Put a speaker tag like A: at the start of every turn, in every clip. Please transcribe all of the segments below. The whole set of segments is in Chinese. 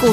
A: 股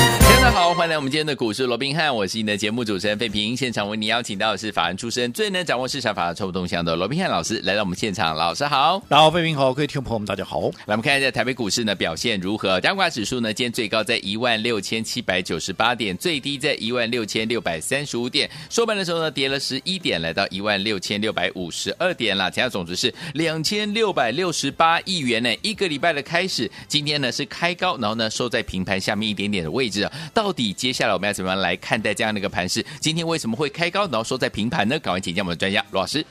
B: 大家好，欢迎来我们今天的股市罗宾汉，我是你的节目主持人费平。现场为你邀请到的是法案出身、最能掌握市场法的臭动向的罗宾汉老师来到我们现场，老师好。
C: 大家好，飞平好，各位听众朋友们，大家好。
B: 来，我们看一下台北股市呢表现如何？加权指数呢，今天最高在一万六千七百九十八点，最低在一万六千六百三十五点。收盘的时候呢，跌了十一点，来到一万六千六百五十二点啦。成交总值是两千六百六十八亿元呢。一个礼拜的开始，今天呢是开高，然后呢收在平盘下面一点点的位置、啊。到底接下来我们要怎么样来看待这样的一个盘势？今天为什么会开高，然后收在平盘呢？赶快请教我们的专家罗老师。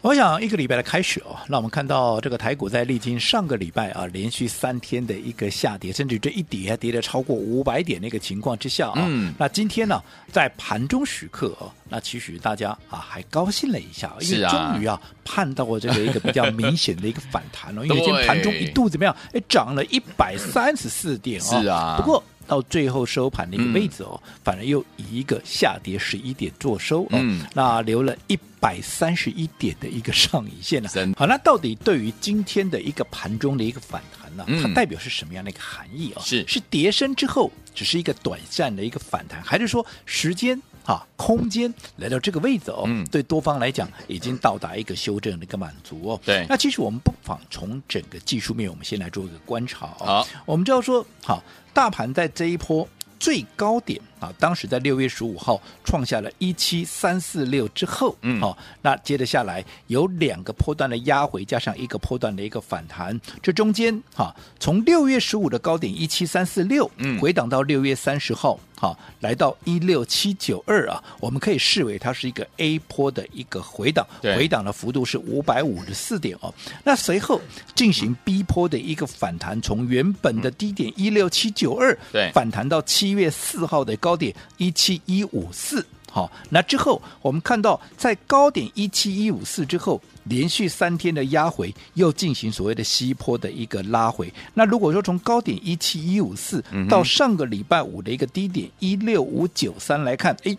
C: 我想一个礼拜的开始哦，那我们看到这个台股在历经上个礼拜啊连续三天的一个下跌，甚至这一跌还跌了超过五百点的一个情况之下啊，
B: 嗯
C: 那今天呢、在盘中时刻哦，那其实大家啊还高兴了一下，因
B: 是
C: 为
B: 啊
C: 终于啊盼到了这个一个比较明显的一个反弹了、因为今
B: 对
C: 天盘中一度怎么样，哎涨了一百三十四点哦，
B: 是啊
C: 不过。到最后收盘的一个位置哦，反而又以一个下跌十一点做收哦，
B: 嗯
C: 那留了一百三十一点的一个上影线呢、啊
B: 真
C: 好，那到底对于今天的一个盘中的一个反弹呢、
B: 嗯
C: 它代表是什么样的一个含义啊？
B: 是
C: 是跌升之后只是一个短暂的一个反弹，还是说时间？啊，空间来到这个位置哦，
B: 嗯
C: 对多方来讲已经到达一个修正的一个满足哦。
B: 对
C: 那其实我们不妨从整个技术面，我们先来做一个观察哦。
B: 好，
C: 我们知道说，好，大盘在这一波最高点啊，当时在六月十五号创下了一七三四六之后，
B: 嗯
C: 好、那接着下来有两个波段的压回，加上一个波段的一个反弹，这中间哈、从六月十五的高点一七三四六，
B: 嗯
C: 回档到六月三十号，哈、来到一六七九二啊，我们可以视为它是一个 A 波的一个回档，
B: 对
C: 回档的幅度是五百五十四点哦。那随后进行 B 波的一个反弹，从原本的低点一六七九二，
B: 嗯对
C: 反弹到七月四号的高点一七一五四。好，那之后我们看到，在高点一七一五四之后，连续三天的压回，又进行所谓的西坡的一个拉回。那如果说从高点一七一五四
B: 嗯
C: 到上个礼拜五的一个低点一六五九三来看，哎。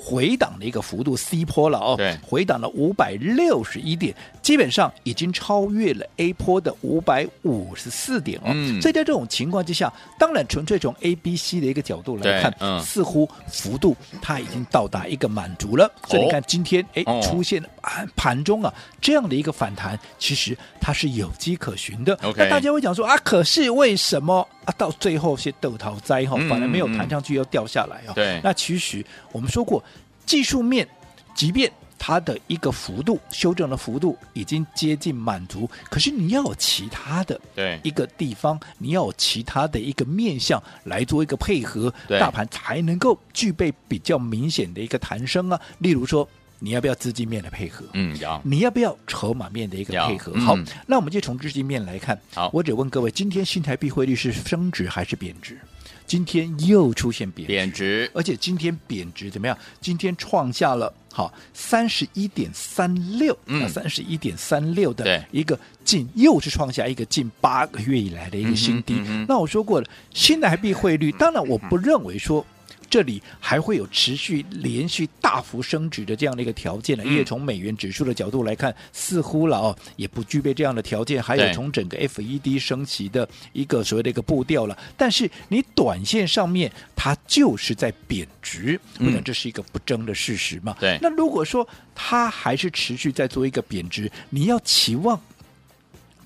C: 回档的一个幅度 C 坡了哦，
B: 对
C: 回档了五百六十一点，基本上已经超越了 A 坡的五百五十四点哦。
B: 嗯
C: 所以在这种情况之下，当然纯粹从 A、B、C 的一个角度来看
B: 对，嗯
C: 似乎幅度它已经到达一个满足了。所以你看今天哎、
B: 哦
C: 出现盘盘中啊这样的一个反弹，其实它是有迹可循的。
B: OK
C: 那大家会讲说啊，可是为什么啊到最后是豆桃灾哈、哦
B: 嗯，
C: 反而没有
B: 嗯嗯
C: 弹上去又掉下来哦？
B: 对
C: 那其实我们说过，技术面即便它的一个幅度修正的幅度已经接近满足，可是你要有其他的
B: 对
C: 一个地方，你要有其他的一个面向来做一个配合，
B: 对
C: 大盘才能够具备比较明显的一个弹升啊。例如说，你要不要资金面的配合？
B: 嗯，有
C: 你要不要筹码面的一个
B: 要
C: 配合？
B: 嗯
C: 好，那我们就从资金面来看。
B: 好
C: 我只问各位，今天新台币汇率是升值还是贬值？今天又出现贬值
B: 贬值，
C: 而且今天贬值怎么样？今天创下了好三十一点三六，
B: 嗯
C: 三十一点三六
B: 对
C: 的一个近，又是创下一个近八个月以来的一个新低。
B: 嗯哼嗯哼嗯
C: 那我说过了，新台币汇率，当然我不认为说。这里还会有持续连续大幅升值的这样的一个条
B: 嗯
C: 件呢，因为从美元指数的角度来看，似乎了哦也不具备这样的条件，还有
B: 对
C: 从从整个 FED 升息的一个所谓的一个步调了。但是你短线上面它就是在贬值，我
B: 嗯
C: 想这是一个不争的事实嘛。
B: 对
C: 那如果说它还是持续在做一个贬值，你要期望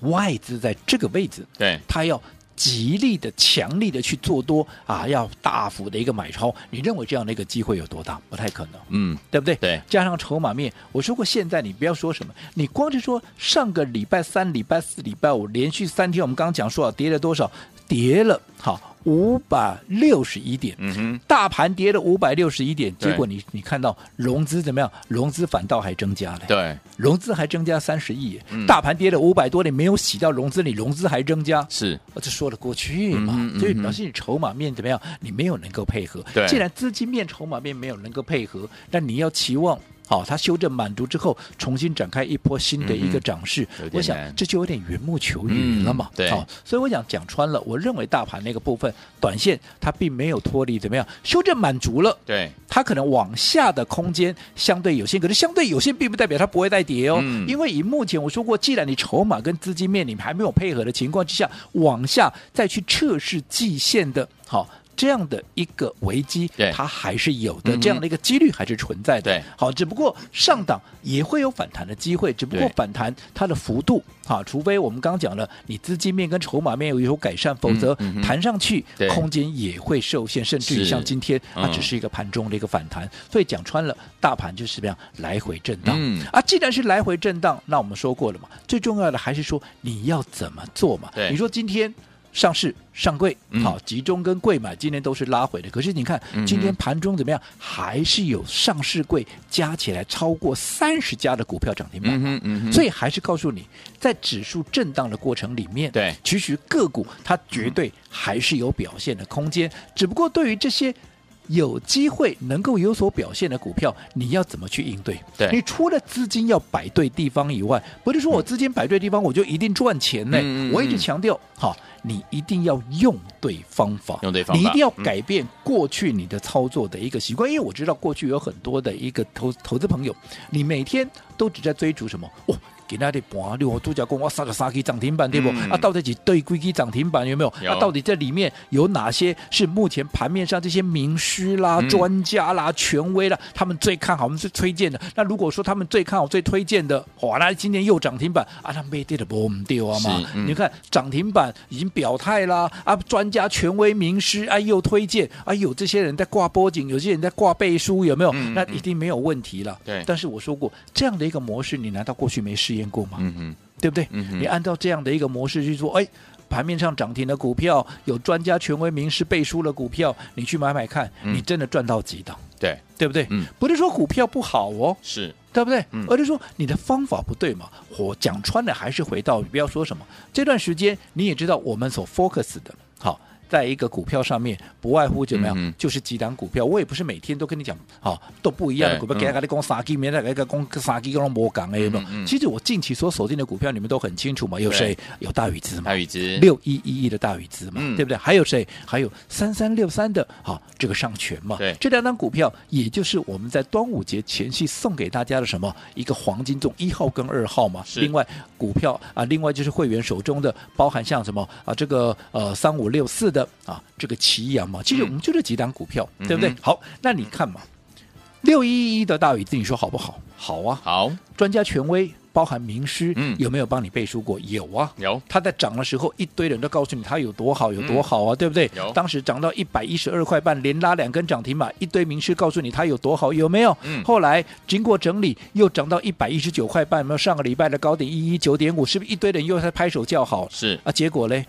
C: 外资在这个位置
B: 对
C: 它要极力的、强力的去做多啊，要大幅的一个买超，你认为这样的一个机会有多大？不太可能。
B: 嗯，
C: 对不对？
B: 对
C: 加上筹码面，我说过，现在你不要说什么，你光是说上个礼拜三、礼拜四、礼拜五连续三天，我们刚刚讲说啊，跌了多少？跌了好五百六十一点，
B: 嗯哼，
C: 大盘跌了五百六十一点，
B: 对
C: 结果你你看到融资怎么样？融资反倒还增加了，
B: 对，嗯
C: 融资还增加三十亿，大盘跌了五百多，你没有洗掉融资，你融资还增加，
B: 是
C: 哦这说得过去嘛？
B: 嗯哼
C: 所以
B: 嗯哼
C: 表示你筹码面怎么样，你没有能够配合
B: 对。
C: 既然资金面、筹码面没有能够配合，那你要期望。好、它修正满足之后，重新展开一波新的
B: 嗯
C: 一个
B: 哼
C: 涨势，
B: 有点
C: 我想
B: 难
C: 这就有点缘木求鱼了嘛。
B: 嗯对
C: 好、所以我想讲穿了，我认为大盘那个部分，短线它并没有脱离怎么样，修正满足了。
B: 对，
C: 它可能往下的空间相对有限，可是相对有限并不代表它不会再跌哦。
B: 嗯
C: 因为以目前我说过，既然你筹码跟资金面你们还没有配合的情况之下，往下再去测试季线的，好。这样的一个危机
B: 对，
C: 它还是有
B: 嗯，
C: 的
B: 哼
C: 这样的一个几率还是存在的。
B: 对
C: 好，只不过上档也会有反弹的机会，只不过
B: 对
C: 反弹它的幅度啊，除非我们刚刚讲了，你资金面跟筹码面有有改善，否则
B: 嗯哼
C: 弹上去
B: 对
C: 空间也会受限，甚至于
B: 是
C: 像今天它
B: 嗯
C: 只是。是一个盘中的一个反弹，所以讲穿了，大盘就是这样来回震荡。
B: 嗯
C: 啊，既然是来回震荡，那我们说过了嘛，最重要的还是说你要怎么做嘛
B: 对。
C: 你说今天上市上柜
B: 嗯，
C: 好、集中跟柜买今天都是拉回的，可是你看
B: 嗯哼
C: 今天盘中怎么样，还是有上市柜加起来超过三十家的股票涨停板。
B: 嗯哼嗯哼，
C: 所
B: 以
C: 以还是告诉你，在指数震荡的过程里面，
B: 对
C: 其实个股它绝对还是有表现的空间，只不过对于这些。有机会能够有所表现的股票，你要怎么去应对？
B: 对
C: 你除了资金要摆对地方以外，不是说我资金摆对地方我就一定赚钱呢、
B: 嗯嗯嗯
C: 我一直强调，好，你一定要用对方法，
B: 用对方法
C: 你一定要
B: 嗯
C: 改变过去你的操作的一个习惯，因为我知道过去有很多的一个投投资朋友，你每天都只在追逐什么？哦给那里盘六，我度假工，我杀了杀去涨停板，对不？
B: 嗯
C: 啊，到底几对规去涨停板有没有？
B: 有
C: 啊，到底这里面有哪些是目前盘面上这些名师啦、
B: 嗯
C: 专家啦、权威啦，他们最看好，我们最推荐的？那如果说他们最看好、最推荐的，哇，那今年又涨停板啊，那没跌的不们丢啊嘛
B: 是？嗯
C: 你看涨停板已经表态啦，啊，专家、权威、名师啊又推荐，啊有这些人在挂波景，有些人在挂背书，有没有？
B: 嗯
C: 那
B: 嗯
C: 一定没有问题了。
B: 对
C: 但是我说过，这样的一个模式，你难道过去没试验过吗？
B: 嗯哼
C: 对不对？
B: 嗯哼
C: 你啊按照这样的一个模式去做，哎，盘面上涨停的股票，有专家权威名师背书的股票，你去买买看，
B: 嗯
C: 你真的赚到几档，
B: 对
C: 对不对？
B: 嗯
C: 不是说股票不好哦，
B: 是
C: 对不对？
B: 嗯
C: 而是说你的方法不对嘛。我讲穿了，还是回到不要说什么这段时间，你也知道我们所 focus 的，好。在一个股票上面，不外乎怎么样，
B: 嗯哼
C: 就是几档股票。我也不是每天都跟你讲，好、都不一样的
B: 对
C: 股票，
B: 嗯
C: 给他跟你讲三 G，明天给他讲三 G，跟我讲哎，有没有？
B: 嗯嗯
C: 其实我近期所锁定的股票，你们都很清楚嘛。有谁？有大禹资嘛？
B: 大禹之
C: 六一一一的大禹资嘛，
B: 嗯
C: 对不对？还有谁？还有三三六三的，好、这个上权嘛，
B: 对
C: 这两张股票也就是我们在端午节前夕送给大家的什么一个黄金粽一号跟二号嘛。
B: 是
C: 另外股票啊，另外就是会员手中的，包含像什么啊，这个呃三五六四的啊，这个奇阳嘛，其实我们就这几档股票，对不对
B: 嗯哼？
C: 好，那你看嘛，六一一的大禹资，你说好不好？好啊，
B: 好
C: 专家权威。包含名师，
B: 嗯
C: 有没有帮你背书过？有啊，
B: 有
C: 它在涨的时候，一堆人都告诉你它有多好，有多好啊，对不对
B: 嗯有？
C: 当时涨到一百一十二块半，连拉两根涨停板，一堆名师告诉你它有多好，有没有？
B: 嗯
C: 后来经过整理，又涨到一百一十九块半，有没有？上个礼拜的高点一一九点五，是不是一堆人又在拍手叫好
B: 是
C: 啊？结果嘞？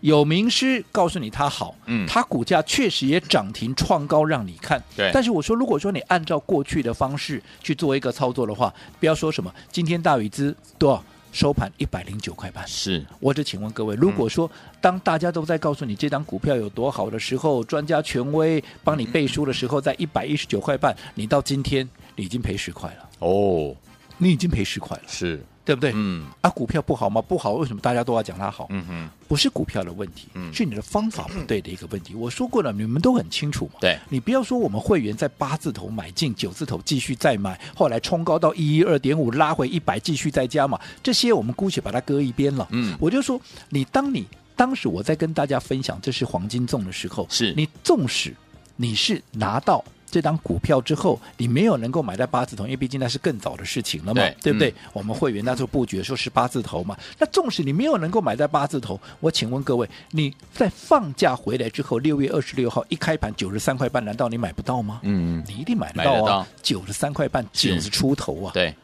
C: 有名师告诉你它好，
B: 嗯
C: 它股价确实也涨停创高让你看，
B: 对
C: 但是我说，如果说你按照过去的方式去做一个操作的话，不要说什么今天大禹资多少收盘一百零九块半，
B: 是
C: 我只请问各位，如果说当大家都在告诉你这档股票有多好的时候，专家权威帮你背书的时候，在一百一十九块半，你到今天你已经赔十块了，
B: 哦
C: 你已经赔十块了，
B: 是
C: 对不对？
B: 嗯
C: 啊，股票不好吗？不好，为什么大家都要讲它好？
B: 嗯哼
C: 不是股票的问题，
B: 嗯
C: 是你的方法不对的一个问题。我说过了，你们都很清楚嘛。
B: 对
C: 你不要说我们会员在八字头买进，九字头继续再买，后来冲高到一一二点五，拉回一百，继续再加嘛。这些我们姑且把它搁一边了。
B: 嗯
C: 我就说，你当你当时我在跟大家分享这是黄金粽的时候，
B: 是
C: 你纵使你是拿到。这张股票之后，你没有能够买在八字头，因为毕竟那是更早的事情了嘛，
B: 对
C: 不对？
B: 嗯
C: 我们会员那时候布局的时候是八字头嘛，那纵使你没有能够买在八字头，我请问各位，你在放假回来之后，六月二十六号一开盘九十三块半，难道你买不到吗？
B: 嗯
C: 你一定买得
B: 买得
C: 到
B: 到
C: 啊，九十三块半，九
B: 是
C: 十出头啊，
B: 对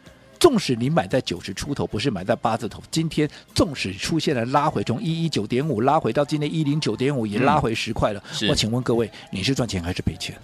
C: 纵使你买在九十出头，不是买在八字头，今天纵使出现了拉回，从一一九点五拉回到今天一零九点五，也拉回十块了。
B: 嗯是嗯
C: 我请问各位，你是赚钱还是赔钱？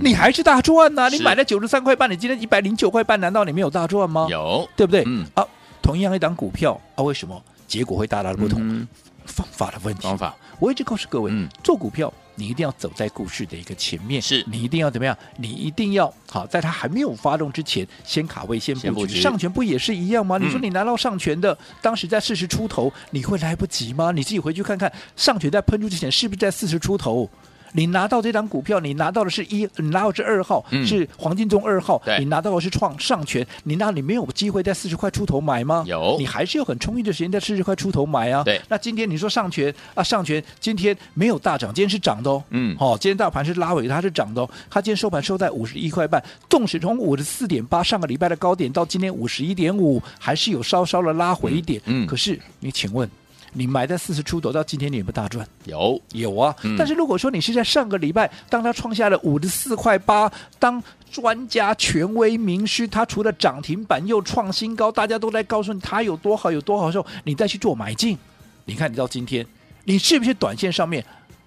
C: 你还是大赚呐、
B: 是
C: 你买了九十三块半，你今天一百零九块半，难道你没有大赚吗？，
B: 有
C: 对不对？
B: 嗯
C: 啊，同样一档股票啊，为什么结果会大大的不同？
B: 嗯
C: 方法的问题。
B: 方法
C: 我一直告诉各位，
B: 嗯
C: 做股票你一定要走在故事的一个前面，
B: 是
C: 你一定要怎么样？你一定要好，在它还没有发动之前，先卡位，先布局。
B: 先布局
C: 上权不也是一样吗？你说
B: 嗯
C: 你拿到上权的，当时在四十出头，你会来不及吗？你自己回去看看，上权在喷出之前是不是在四十出头？你拿到这张股票，你拿到的是一，你拿到的是二号，
B: 嗯
C: 是黄金中二号
B: 对，
C: 你拿到的是创上权，你那你没有机会在四十块出头买吗？
B: 有
C: 你还是有很充裕的时间在四十块出头买啊。
B: 对
C: 那今天你说上权啊，上权今天没有大涨，今天是涨的哦。
B: 嗯
C: 哦，今天大盘是拉尾，它是涨的哦。它今天收盘收在五十一块半，纵使从五十四点八上个礼拜的高点到今天五十一点五，还是有稍稍的拉回一点。
B: 嗯嗯
C: 可是你请问，你买在四十出头到今天，你有没有大赚？
B: 有
C: 有啊，
B: 嗯
C: 但是如果说你是在上个礼拜，当它创下了五十四块八，当专家、权威、名师，它除了涨停板又创新高，大家都在告诉你它有多好、有多好的时候，你再去做买进，你看你到今天，你是不是短线上面？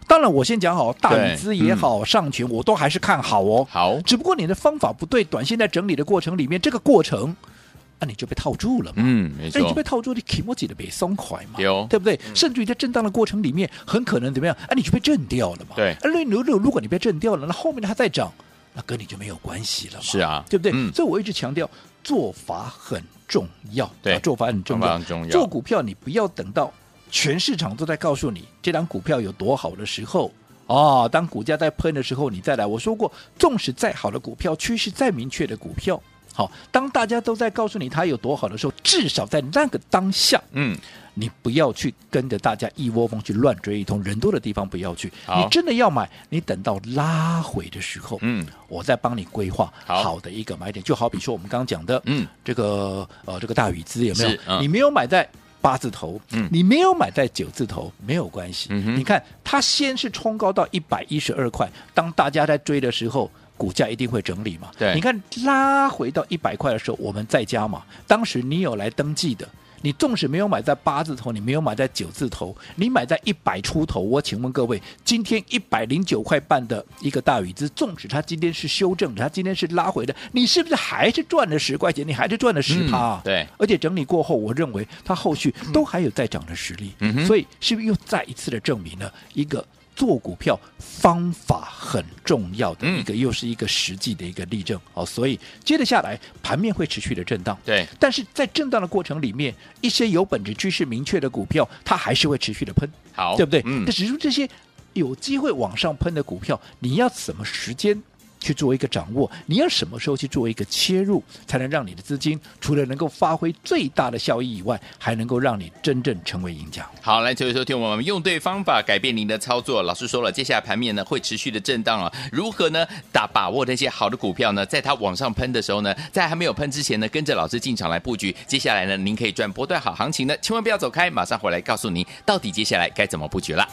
C: 当然，我先讲好，大
B: 对
C: 禹资也好，上权我都还是看好哦。
B: 好，
C: 只不过你的方法不对，短线在整理的过程里面，这个过程，那、你就被套住了嘛。
B: 嗯，没
C: 那你
B: 错
C: 就，被套住，你 i m o j i 的被松快嘛，
B: 对哦
C: 对不对？甚至于在震荡的过程里面，很可能怎么样？哎、你就被震掉了嘛。
B: 对
C: 哎，如如如如果你被震掉了，那后面它再涨，那跟你就没有关系了嘛。
B: 是啊
C: 对不对？
B: 嗯
C: 所以我一直强调，做法很重要，
B: 对
C: 啊做法很
B: 做
C: 重
B: 法
C: 要，
B: 很重要
C: 做股票你不要等到全市场都在告诉你这档股票有多好的时候。哦，当股价在喷的时候，你再来。我说过，纵使再好的股票，趋势再明确的股票，好，当大家都在告诉你它有多好的时候，至少在那个当下，
B: 嗯，
C: 你不要去跟着大家一窝蜂去乱追一通，人多的地方不要去。
B: 好
C: 你真的要买，你等到拉回的时候，
B: 嗯，
C: 我再帮你规划
B: 好
C: 好的一个买点。就好比说我们刚刚讲的，
B: 嗯，
C: 这个呃这个大禹资有没有
B: 是？嗯
C: 你没有买在。八字头，
B: 嗯
C: 你没有买在九字头没有关系。
B: 嗯哼
C: 你看，它先是冲高到一百一十二块，当大家在追的时候，股价一定会整理嘛。
B: 对
C: 你看拉回到一百块的时候，我们再加嘛。当时你有来登记的，你纵使没有买在八字头，你没有买在九字头，你买在一百出头，我请问各位，今天一百零九块半的一个大禹资，纵使它今天是修正的，它今天是拉回的，你是不是还是赚了十块钱？你还是赚了十趴、啊
B: 嗯对，
C: 而且整理过后，我认为它后续都还有再涨的实力。
B: 嗯哼
C: 所以是不是又再一次的证明了一个做股票方法很重要的一个，
B: 嗯
C: 又是一个实际的一个例证哦。所以接着下来，盘面会持续的震荡。
B: 对，
C: 但是在震荡的过程里面，一些有本质趋势明确的股票，它还是会持续的喷，
B: 好，
C: 对不对？
B: 嗯
C: 但，只是这些有机会往上喷的股票，你要什么时间？去做一个掌握，你要什么时候去做一个切入，才能让你的资金除了能够发挥最大的效益以外，还能够让你真正成为赢家。
B: 好，来，所以说听我们用对方法改变您的操作。老师说了，接下来盘面呢会持续的震荡啊，如何呢打把握那些好的股票呢？在它往上喷的时候呢，在还没有喷之前呢，跟着老师进场来布局。接下来呢，您可以赚波段好行情的，千万不要走开，马上回来告诉您到底接下来该怎么布局了。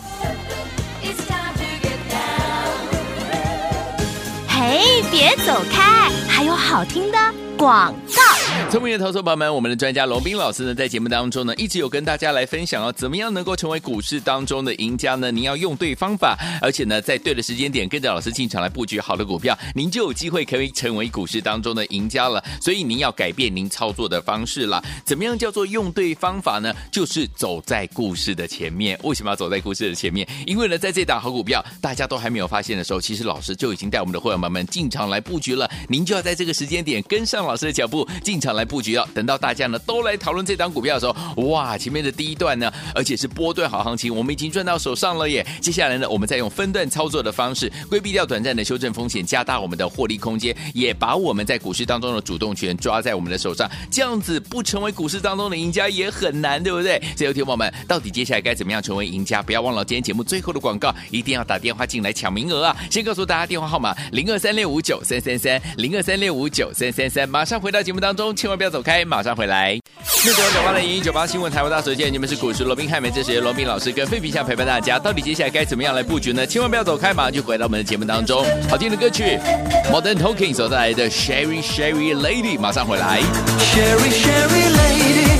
A: 嘿，别走开，还有好听的广告。
B: 聪明的投资者朋友们，我们的专家龙斌老师呢，在节目当中呢，一直有跟大家来分享哦，怎么样能够成为股市当中的赢家呢？您要用对方法，而且呢，在对的时间点跟着老师进场来布局好的股票，您就有机会可以成为股市当中的赢家了。所以您要改变您操作的方式啦。怎么样叫做用对方法呢？就是走在故事的前面。为什么要走在故事的前面？因为呢，在这档好股票大家都还没有发现的时候，其实老师就已经带我们的会员们们进场来布局了。您就要在这个时间点跟上老师的脚步，进场来布局了。等到大家呢都来讨论这档股票的时候，哇，前面的第一段呢，而且是波段好行情，我们已经赚到手上了耶。接下来呢，我们再用分段操作的方式，规避掉短暂的修正风险，加大我们的获利空间，也把我们在股市当中的主动权抓在我们的手上。这样子不成为股市当中的赢家也很难，对不对？所以，有听众朋友们，到底接下来该怎么样成为赢家？不要忘了今天节目最后的广告，一定要打电话进来抢名额啊！先告诉大家电话号码：零二三六五九三三三，零二三六五九三三三。马上回到节目当中，千万不要走开，马上回来。六九九八零一九八新闻台湾大所见，你们是股市罗宾汉美，这时罗宾老师跟费皮相陪伴大家，到底接下来该怎么样来布局呢？千万不要走开，马上就回到我们的节目当中。好听的歌曲，Modern Talking 所带来的 Sherry Sherry Lady，马上回来。
D: Sherry, Sherry lady,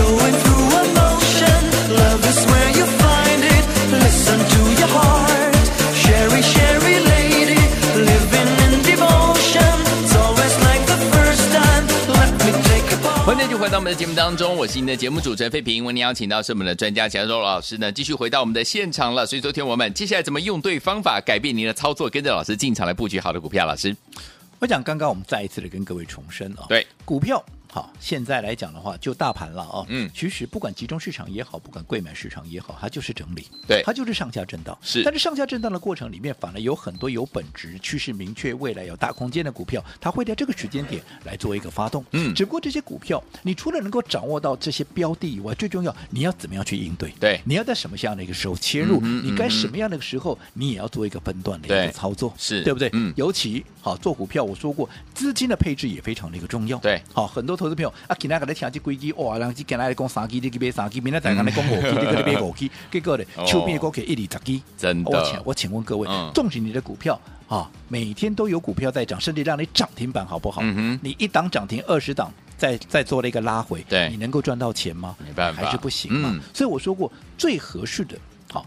D: going through emotion. Love is where you find it. Listen to your heart. Sherry, Sherry lady, living in devotion. It's always like the first time. Let me take a
B: 欢
D: part.
B: 迎就回到我们的的节目当中，我是您的节目主持人费平，为您邀请到是我们的专家强周老师呢，继续回到我们的现场了。所以，昨天我们接下来怎么用对方法改变您的操作，跟着老师进场来布局好的股票？老师，
C: 我讲刚刚我们再一次的跟各位重申啊，
B: 对，
C: 股票。好，现在来讲的话，就大盘了啊。
B: 嗯
C: 其实不管集中市场也好，不管贵买市场也好，它就是整理，
B: 对
C: 它就是上下震荡。
B: 是
C: 但是上下震荡的过程里面，反而有很多有本质、趋势明确、未来有大空间的股票，它会在这个时间点来做一个发动。
B: 嗯
C: 只不过这些股票，你除了能够掌握到这些标的以外，最重要你要怎么样去应对？
B: 对
C: 你要在什么样的一个时候切入？
B: 嗯哼
C: 你该
B: 嗯哼
C: 什么样的时候，你也要做一个分段的一
B: 对
C: 个操作，
B: 是
C: 对不对？
B: 嗯
C: 尤其好做股票，我说过资金的配置也非常的一个重要。
B: 对
C: 好，很多投资朋友啊，今天给他听这规矩，哦哇，人家今天来讲三 G，你去买三 G，明天再跟你讲五 G，你跟你买五 G，结果呢
B: 哦，
C: 手边的股票一二十 G，
B: 真的
C: 我请我请问各位
B: 嗯，
C: 纵使你的股票啊，每天都有股票在涨，甚至让你涨停板，好不好
B: 嗯哼？
C: 你一档涨停，二十档。再再做了一个拉回，
B: 对
C: 你能够赚到钱吗？
B: 没办法
C: 还是不行嘛。
B: 嗯
C: 所以我说过，最合适的，好，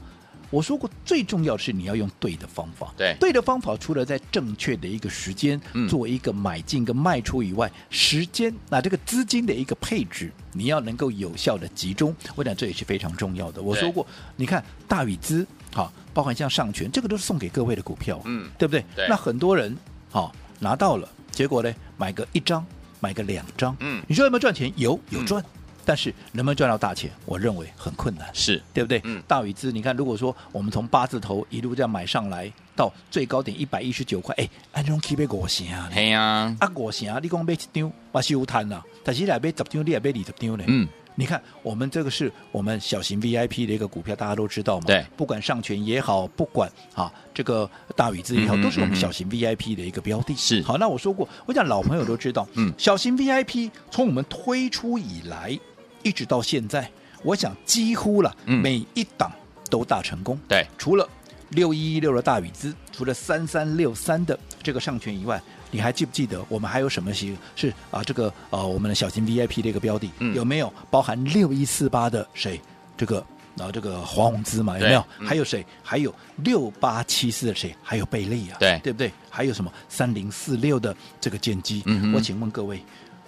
C: 我说过最重要的是你要用对的方法。
B: 对
C: 对的方法，除了在正确的一个时间
B: 嗯
C: 做一个买进跟卖出以外，时间那这个资金的一个配置，你要能够有效的集中，我讲这也是非常重要的。我
B: 对
C: 说过，你看大宇资，好，包含像上权，这个都是送给各位的股票啊，
B: 嗯
C: 对不对？
B: 对
C: 那很多人好拿到了，结果呢，买个一张，买个两张，
B: 嗯
C: 你说有没有赚钱？有，有
B: 嗯
C: 赚，但是能不能赚到大钱，我认为很困难。
B: 是
C: 对不对？
B: 嗯
C: 大禹资，你看，如果说我们从八字头一路这样买上来，到最高点一百一十九块，哎，安中 K 被五成啊，
B: 嘿呀、
C: 啊五成啊，你讲买一张，我是有摊啊，但是来买十张，你也买二十张呢。
B: 嗯，
C: 你看，我们这个是我们小型 VIP 的一个股票，大家都知道嘛。
B: 对
C: 不管上权也好，不管啊这个大禹资也好，
B: 嗯哼
C: 都是我
B: 嗯
C: 们
B: 哼
C: 小型 VIP 的一个标的。
B: 是
C: 好，那我说过，我讲老朋友都知道，
B: 嗯
C: 小型 VIP 从我们推出以来，一直到现在，我想几乎了、
B: 嗯
C: 每一档都大成功。
B: 对，
C: 除了六一一六的大禹资，除了三三六三的这个上权以外，你还记不记得我们还有什么是是啊这个呃我们的小型 VIP 的一个标的、
B: 嗯
C: 有没有包含六一四八的谁这个？然后这个黄宏资嘛，有没有？
B: 嗯
C: 还有谁？还有六八七四的谁？还有贝利啊，
B: 对
C: 对不对？还有什么三零四六的这个剑机？
B: 嗯哼
C: 我请问各位，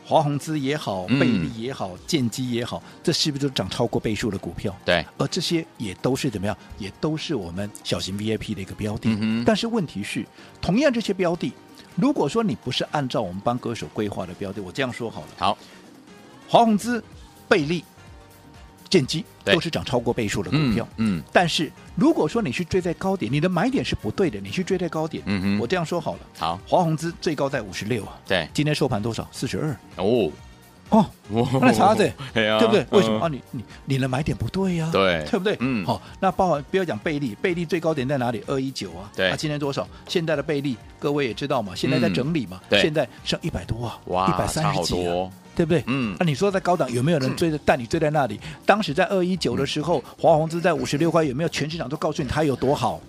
C: 华宏资也好，
B: 嗯
C: 贝利也好，剑机也好，这是不是都涨超过倍数的股票？
B: 对，
C: 而这些也都是怎么样？也都是我们小型 VIP 的一个标的。
B: 嗯哼
C: 但是问题是，同样这些标的，如果说你不是按照我们帮歌手规划的标的，我这样说好了，
B: 好，
C: 华宏资、贝利、建机
B: 对
C: 都是涨超过倍数的股
B: 嗯
C: 票。
B: 嗯
C: 但是如果说你是追在高点，你的买点是不对的，你去追在高点，
B: 嗯哼
C: 我这样说好了，
B: 好，
C: 华宏资最高在五十六啊，
B: 对，
C: 今天收盘多少？四十二
B: 哦，
C: 哦，
B: 我
C: 那啥子
B: 对啊，
C: 对不对？为什么
B: 嗯
C: 啊？你你你的买点不对呀、
B: 对
C: 对不对？
B: 嗯
C: 好，那包含不要讲贝利，贝利最高点在哪里？二一九啊，
B: 对嗯
C: 啊，今天多少？现在的贝利，各位也知道嘛，现在在整理嘛，
B: 对
C: 现在剩一百多啊，
B: 哇，
C: 一百三
B: 差
C: 十
B: 好
C: 几、
B: 多
C: 啊，
B: 哦、
C: 对不对？
B: 嗯
C: 那、你说在高档有没有人追着带你追在那里？当时在二一九的时候，华宏资在五十六块，有没有全市场都告诉你它有多好？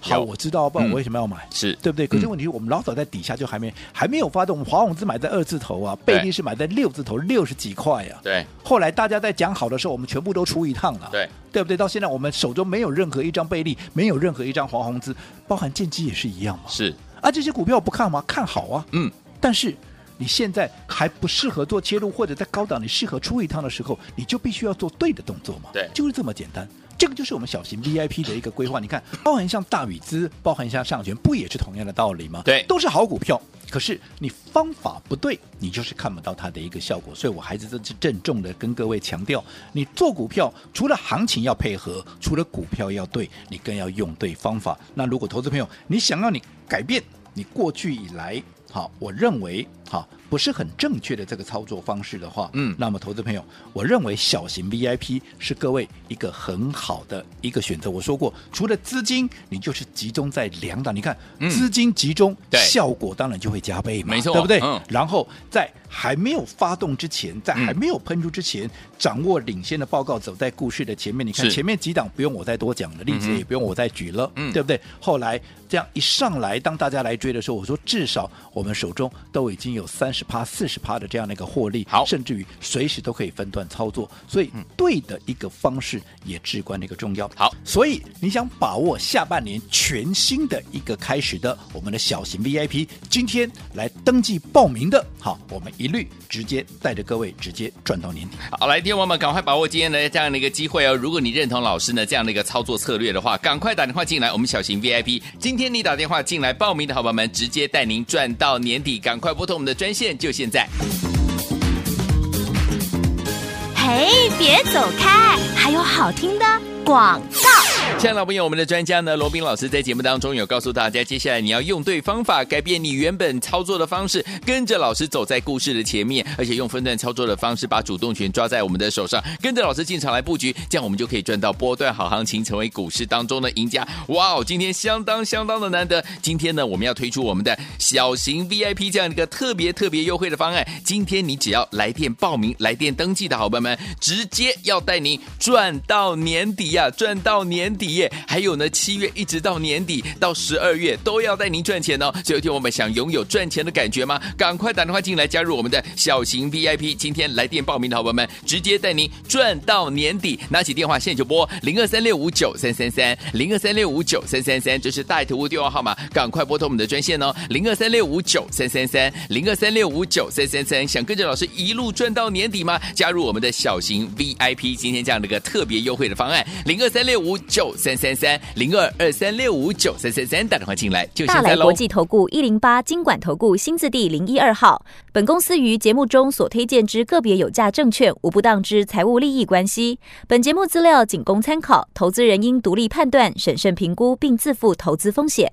C: 好，
B: 有
C: 我知道，不然
B: 嗯
C: 我为什么要买？
B: 是
C: 对不对？可是
B: 嗯
C: 问题是我们老早在底下就还没还没有发动，华宏资买在二字头啊，
B: 对
C: 贝利是买在六字头，六十几块啊。
B: 对
C: 后来大家在讲好的时候，我们全部都出一趟了，
B: 对
C: 对不对？到现在我们手中没有任何一张贝利，没有任何一张黄宏资，包含建机也是一样嘛。
B: 是，
C: 啊，这些股票我不看吗？看好啊，
B: 嗯，
C: 但是。你现在还不适合做切入，或者在高档你适合出一趟的时候，你就必须要做对的动作嘛。
B: 对
C: 就是这么简单。这个就是我们小型 VIP 的一个规划。你看，包含像大禹资，包含像上权，不也是同样的道理吗？
B: 对
C: 都是好股票，可是你方法不对，你就是看不到它的一个效果。所以我还是这郑重的跟各位强调，你做股票除了行情要配合，除了股票要对，你更要用对方法。那如果投资朋友你想要你改变你过去以来，好，我认为好不是很正确的这个操作方式的话，
B: 嗯
C: 那么投资朋友，我认为小型 VIP 是各位一个很好的一个选择。我说过，除了资金，你就是集中在两档，你看、
B: 嗯
C: 资金集中，
B: 对
C: 效果当然就会加倍嘛，
B: 没错
C: 对不对？
B: 嗯
C: 然后在还没有发动之前，在
B: 嗯
C: 还没有喷出之前，掌握领先的报告，走在故事的前面。你看
B: 是
C: 前面几档不用我再多讲了，例
B: 嗯
C: 子
B: 哼
C: 也不用我再举了，
B: 嗯
C: 对不对？后来这样一上来，当大家来追的时候，我说至少我我们手中都已经有三十趴、四十趴的这样的一个获利，
B: 好
C: 甚至于随时都可以分段操作。所以对的一个方式也至关的一个重要。
B: 好
C: 所以你想把握下半年全新的一个开始的我们的小型 VIP，今天来登记报名的，好，我们一律直接带着各位直接赚到年底。
B: 好，来，听众朋友们，赶快把握今天的这样的一个机会哦！如果你认同老师呢这样的一个操作策略的话，赶快打电话进来，我们小型 VIP，今天你打电话进来报名的好朋友们，直接带您赚到年底，赶快拨通我们的专线，就现在。
A: 嘿，别走开，还有好听的广告。
B: 亲爱的朋友我们的专家呢，罗斌老师在节目当中有告诉大家，接下来你要用对方法，改变你原本操作的方式，跟着老师走在故事的前面，而且用分段操作的方式把主动权抓在我们的手上，跟着老师进场来布局，这样我们就可以赚到波段好行情，成为股市当中的赢家。哇哦，今天相当相当的难得，今天呢，我们要推出我们的小型 VIP 这样一个特别特别优惠的方案，今天你只要来电报名、来电登记的好朋友们，直接要带您赚到年底呀、赚到年底耶！还有呢，七月一直到年底到十二月都要带您赚钱哦。所以，有天我们想拥有赚钱的感觉吗？赶快打电话进来加入我们的小型 VIP，今天来电报名的好朋友们，直接带您赚到年底。拿起电话现在就拨零二三六五九三三三零二三六五九三三三，这是大图屋电话号码，赶快拨通我们的专线哦，零二三六五九三三三零二三六五九三三三。想跟着老师一路赚到年底吗？加入我们的小型 VIP，今天这样的一个特别优惠的方案，零二三六五九三三三零二二三六五九三三三，打电话进来就
E: 大
B: 现
E: 来
B: 在
E: 国
B: 喽。
E: 际投顾一零八金管投顾新字第零一二号。本公司于节目中所推荐之个别有价证券，无不当之财务利益关系。本节目资料仅供参考，投资人应独立判断、审慎评估，并自负投资风险。